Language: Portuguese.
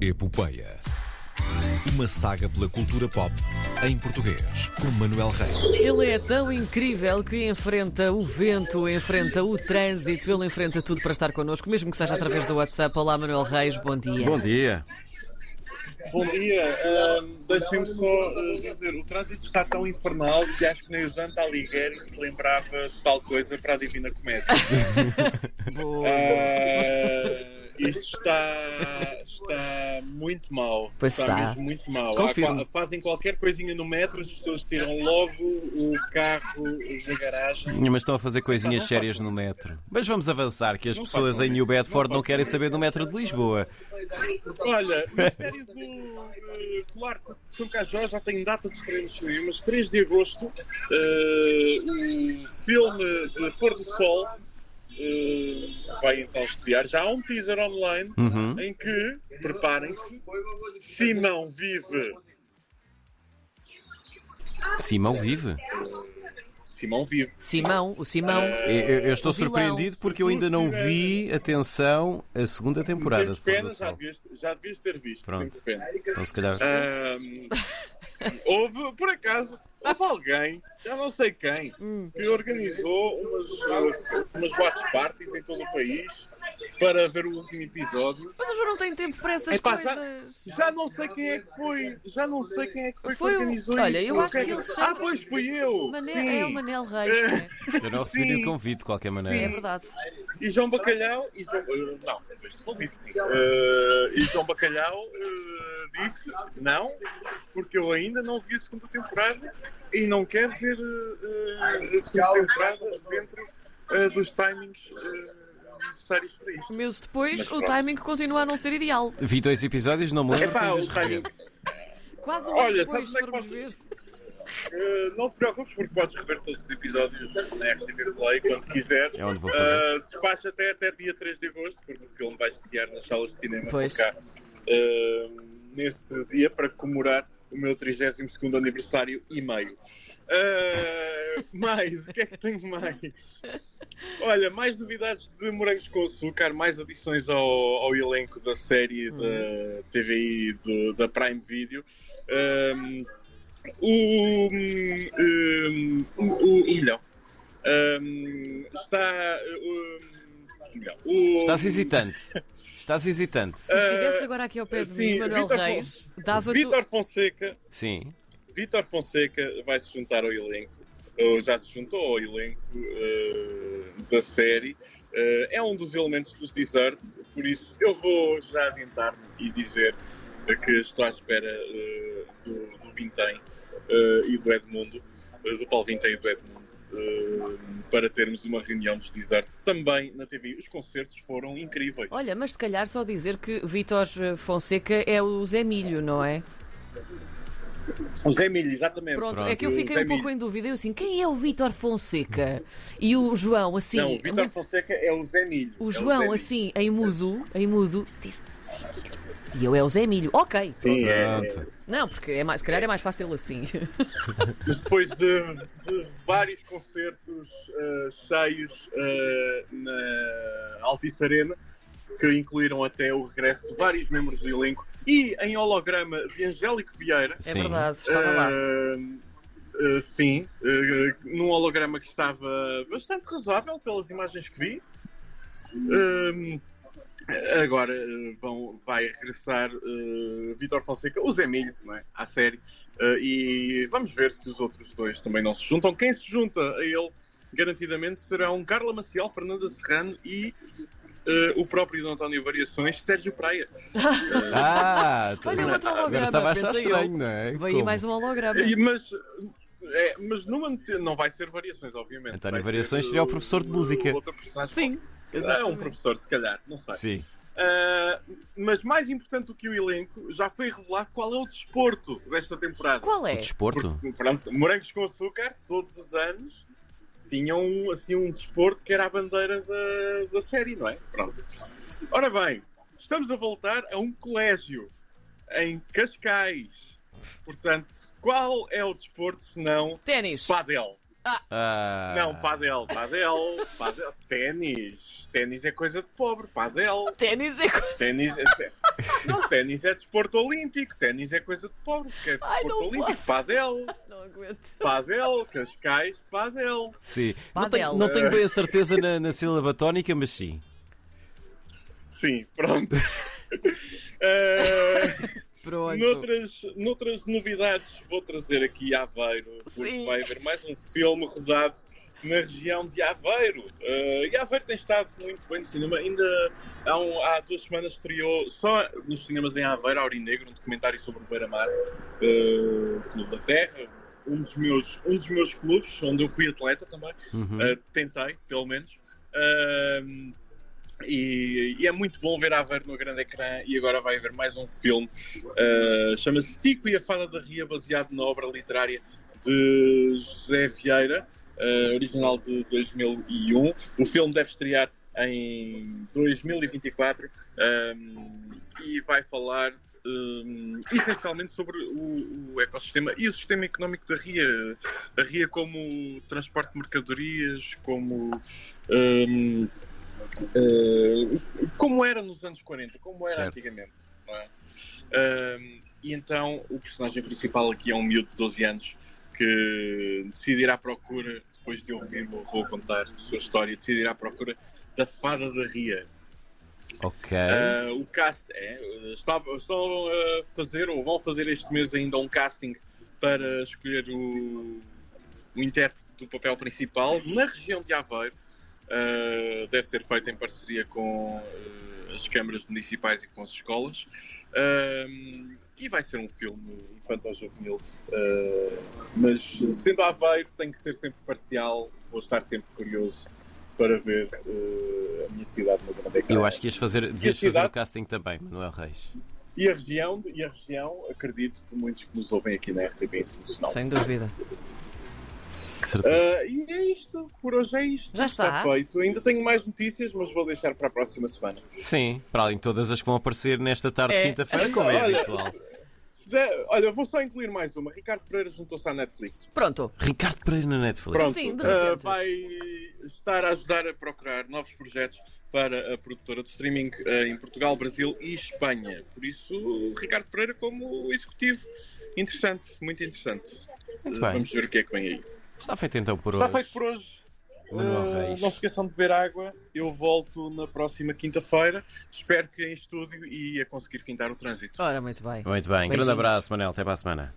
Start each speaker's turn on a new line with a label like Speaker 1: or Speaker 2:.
Speaker 1: Epopeia. Uma saga pela cultura pop em português, com Manuel Reis.
Speaker 2: Ele é tão incrível que enfrenta o vento, enfrenta o trânsito, ele enfrenta tudo para estar connosco, mesmo que seja através do WhatsApp. Olá, Manuel Reis, bom dia.
Speaker 3: Bom dia.
Speaker 4: Bom dia, Ahm, deixem-me só ah, dizer, o trânsito está tão infernal que acho que nem o Dante Alighieri se lembrava de tal coisa para a Divina Comédia.
Speaker 2: Boa.
Speaker 4: Ah, isto está, está muito mal.
Speaker 2: Pois está.
Speaker 4: mesmo muito mal.
Speaker 2: Confirmo.
Speaker 4: Há qua- fazem qualquer coisinha no metro, as pessoas tiram logo o carro da garagem.
Speaker 3: Mas estão a fazer coisinhas sérias no metro. Mas vamos avançar, que as pessoas em New Bedford não querem saber do metro de Lisboa.
Speaker 4: Olha, o Ministério do eh, Colar de São Cajó já tem data de estreia nos cinemas, 3 de agosto, eh, o filme de Pôr do Sol eh, vai então estrear. Já há um teaser online
Speaker 3: Uhum.
Speaker 4: em que, preparem-se, Simão vive.
Speaker 3: Simão vive.
Speaker 4: Simão vive.
Speaker 2: Simão, o Simão.
Speaker 3: Eu, eu- eu estou
Speaker 2: O vilão.
Speaker 3: surpreendido porque eu ainda não vi, atenção, a segunda temporada
Speaker 4: Temos
Speaker 3: de
Speaker 4: pena, já
Speaker 3: Produção.
Speaker 4: devias, já devias ter visto.
Speaker 3: Pronto.
Speaker 4: Temos pena.
Speaker 3: Então, se calhar.
Speaker 4: Ahm, houve, por acaso, houve alguém, já não sei quem,
Speaker 2: Hum.
Speaker 4: que organizou umas, eh, umas watch parties em todo o país para ver o último episódio.
Speaker 2: Mas o João não tem tempo para essas
Speaker 4: É pá, já-
Speaker 2: coisas.
Speaker 4: Já não sei quem é que foi, já não sei quem é que foi,
Speaker 2: Foi o-
Speaker 4: que organizou
Speaker 2: olha,
Speaker 4: isso.
Speaker 2: eu acho
Speaker 4: Quem-
Speaker 2: que ele se
Speaker 4: Ah,
Speaker 2: chama-
Speaker 4: pois fui eu!
Speaker 2: Manel-
Speaker 4: sim.
Speaker 2: É o Manel Reis, é,
Speaker 3: Eu não recebi
Speaker 4: sim.
Speaker 3: o convite, de qualquer
Speaker 2: é
Speaker 3: maneira.
Speaker 2: verdade.
Speaker 4: E João Bacalhau. E João, eh, não, recebeste o convite, sim. Eh, e João Bacalhau eh, disse: não, porque eu ainda não vi a segunda temporada e não quero ver eh, eh, a segunda temporada dentro eh, dos timings eh, necessários para isto.
Speaker 2: Meses Um depois,
Speaker 4: Mas
Speaker 2: o
Speaker 4: pronto.
Speaker 2: timing continua a não ser ideal.
Speaker 3: Vi dois episódios, não me lembro.
Speaker 4: Epá,
Speaker 3: tenho
Speaker 4: o
Speaker 3: de os rever.
Speaker 4: timing.
Speaker 2: Quase um ano
Speaker 4: Olha,
Speaker 2: depois, se
Speaker 4: sabes onde é
Speaker 2: formos
Speaker 4: que
Speaker 2: ver.
Speaker 4: eh, não te preocupes, porque podes rever todos os episódios na RTV Play quando quiseres.
Speaker 3: É onde vou fazer.
Speaker 4: Uh, despacho até, até dia 3 de agosto, porque o filme vai estrear nas salas de cinema
Speaker 2: Pois.
Speaker 4: por cá uh, nesse dia para comemorar o meu 32 aniversário e meio. Uh, mais, o que é que tenho mais? Olha, mais novidades de Morangos com Açúcar, mais adições ao, ao elenco da série da TVI do- da Prime Video. Um, o, um, o, o- o milhão. Um, está. um, o milhão. O-
Speaker 3: Estás hesitante. Estás hesitante.
Speaker 2: Se
Speaker 4: Ah,
Speaker 2: estivesse agora aqui ao pé de mim,
Speaker 4: sim,
Speaker 2: Manuel
Speaker 4: Vítor
Speaker 2: Reis, dava-te.
Speaker 4: Vítor Fonseca.
Speaker 3: Sim.
Speaker 4: Vítor Fonseca vai se juntar ao elenco, ou já se juntou ao elenco eh, da série. Eh, é um dos elementos dos Desert, por isso eu vou já adiantar e dizer eh, que estou à espera eh, do, do Vintém eh, e do Edmundo, eh, do Paulo Vintém e do Edmundo, eh, para termos uma reunião dos Desert também na TV. Os concertos foram incríveis.
Speaker 2: Olha, mas se calhar só dizer que Vítor Fonseca é o Zé Milho, não é?
Speaker 4: O Zé Milho, exatamente.
Speaker 2: Pronto,
Speaker 3: Pronto,
Speaker 2: é que eu
Speaker 4: o
Speaker 2: fiquei
Speaker 4: Zé
Speaker 2: um pouco
Speaker 4: Milho.
Speaker 2: em dúvida. Eu assim, quem é o Vítor Fonseca? E o João, assim.
Speaker 4: Não, o Vítor
Speaker 2: muito-
Speaker 4: Fonseca é o Zé Milho. É
Speaker 2: o
Speaker 4: Zé
Speaker 2: João,
Speaker 4: Milho.
Speaker 2: assim, em mudo, em mudo, disse "Zé Milho." E eu é o Zé Milho. Ok.
Speaker 4: Sim, é,
Speaker 3: Pronto.
Speaker 2: Não, porque é mais, se calhar é mais fácil assim.
Speaker 4: Mas depois de, de vários concertos eh, cheios eh, na Altice Arena, que incluíram até o regresso de vários membros do elenco, e em holograma de Angélico Vieira,
Speaker 2: É
Speaker 3: Sim.
Speaker 2: verdade, estava lá.
Speaker 4: eh, eh, Ah, sim, eh, num holograma que estava bastante razoável pelas imagens que vi. Eh, agora eh, vão, vai regressar Vitor Fonseca, o Zé Milho, não é? à série. Eh, e vamos ver se os outros dois também não se juntam. Quem se junta a ele, garantidamente, serão Carla Maciel, Fernanda Serrano e eh, o próprio Dom António Variações, Sérgio Praia.
Speaker 3: Ah, tá-
Speaker 2: Olha o outro holograma,
Speaker 3: agora estava a achar
Speaker 2: um pensei eu.
Speaker 3: estranho, não é?
Speaker 2: Veio aí
Speaker 3: Como?
Speaker 2: mais um holograma.
Speaker 4: E- mas, é, mas numa, mete- não vai ser variações, obviamente.
Speaker 3: António
Speaker 4: Vai
Speaker 3: Variações
Speaker 4: ser,
Speaker 3: seria o
Speaker 4: uh,
Speaker 3: professor de música.
Speaker 4: outra personagem.
Speaker 2: Sim.
Speaker 4: É um
Speaker 2: exatamente.
Speaker 4: professor, se calhar, não sei.
Speaker 3: Sim.
Speaker 4: Ah, mas mais importante do que o elenco, já foi revelado qual é o desporto desta temporada.
Speaker 2: Qual
Speaker 3: O
Speaker 2: é?
Speaker 3: desporto?
Speaker 4: Porque, pronto, morangos com açúcar, todos os anos, tinham um, assim, um desporto que era a bandeira da, da série, não é? Pronto. Ora bem, estamos a voltar a um colégio em Cascais. Portanto, qual é o desporto senão
Speaker 2: Ténis.
Speaker 4: padel?
Speaker 3: Ah.
Speaker 4: Não, padel, padel, padel. Ténis. Ténis é coisa de pobre, padel.
Speaker 2: Ténis é coisa.
Speaker 4: Ténis é. Não, ténis é desporto olímpico, ténis é coisa de pobre, que é
Speaker 2: Ai,
Speaker 4: desporto
Speaker 2: não
Speaker 4: olímpico,
Speaker 2: posso.
Speaker 4: padel,
Speaker 2: Não aguento.
Speaker 4: padel, cascais, padel.
Speaker 3: Sim. Não tenho,
Speaker 2: Padel.
Speaker 3: não tenho bem a certeza na, na sílaba tónica, mas sim.
Speaker 4: Sim, pronto. Eh,
Speaker 2: Pronto.
Speaker 4: Noutras, noutras novidades, vou trazer aqui Aveiro, porque
Speaker 2: Sim.
Speaker 4: vai haver mais um filme rodado na região de Aveiro. Eh, e Aveiro tem estado muito bem no cinema. Ainda há, um- há duas semanas estreou, só nos cinemas em Aveiro, Aurinegro, um documentário sobre o Beira-Mar, eh, Clube da Terra, um dos, meus, um dos meus clubes, onde eu fui atleta também.
Speaker 3: Uhum.
Speaker 4: Uh, tentei, pelo menos. Um, e, e é muito bom ver a Aveiro no grande ecrã e agora vai haver mais um filme. Uh, Chama-se Tico e a Fada da Ria, baseado na obra literária de José Vieira, uh, original de 2001. O filme deve estrear em 2024 um, e vai falar um, essencialmente sobre o, o ecossistema e o sistema económico da Ria. A Ria como transporte de mercadorias, como. um, eh, como era nos anos 40, como era
Speaker 3: Certo.
Speaker 4: antigamente. não é? Um, e então o personagem principal aqui é um miúdo de 12 anos que decide ir à procura, depois de ouvir o avô contar a sua história, decide ir à procura da fada da Ria.
Speaker 3: Ok.
Speaker 4: Ah, o cast é, está- estão a eh, fazer ou vão fazer este mês ainda um casting para escolher o, o intérprete do papel principal na região de Aveiro. Ah, deve ser feito em parceria com ah, as câmaras municipais e com as escolas. Ah, e vai ser um filme infantil-juvenil. ah, mas sendo Aveiro, tem que ser sempre parcial. Vou estar sempre curioso para ver ah, a minha cidade no grande ecrã.
Speaker 3: Eu acho que ias fazer, devias fazer
Speaker 4: cidade?
Speaker 3: o casting também, Manuel Reis.
Speaker 4: E a região, e a região, acredito, de muitos que nos ouvem aqui na RTP Internacional.
Speaker 2: Sem dúvida.
Speaker 3: De certeza.
Speaker 4: Ah, e é isto, por hoje é isto.
Speaker 2: Já está.
Speaker 4: feito. Ainda tenho mais notícias, mas vou deixar para a próxima semana.
Speaker 3: Sim, para além de todas as que vão aparecer nesta tarde de
Speaker 2: É.
Speaker 3: quinta-feira, como é
Speaker 4: Olha.
Speaker 3: habitual.
Speaker 4: Se der- olha, vou só incluir mais uma. Ricardo Pereira juntou-se à Netflix.
Speaker 2: Pronto.
Speaker 3: Ricardo Pereira na Netflix.
Speaker 4: Pronto,
Speaker 2: Sim, de
Speaker 4: ah,
Speaker 2: repente.
Speaker 4: vai estar a ajudar a procurar novos projetos para a produtora de streaming ah, em Portugal, Brasil e Espanha. Por isso, Ricardo Pereira como executivo. Interessante, muito interessante.
Speaker 3: Muito
Speaker 4: Ah,
Speaker 3: bem.
Speaker 4: Vamos ver o que é que vem aí.
Speaker 3: Está feito então por
Speaker 4: Está
Speaker 3: hoje.
Speaker 4: feito por hoje.
Speaker 3: Manuel
Speaker 4: Eh,
Speaker 3: Reis.
Speaker 4: não se esqueçam de beber água. Eu volto na próxima quinta-feira. Espero que em estúdio e a conseguir fintar o trânsito.
Speaker 2: Ora, muito bem.
Speaker 3: Muito bem, grande
Speaker 2: Beijinhos.
Speaker 3: abraço, Manuel. Até para a semana.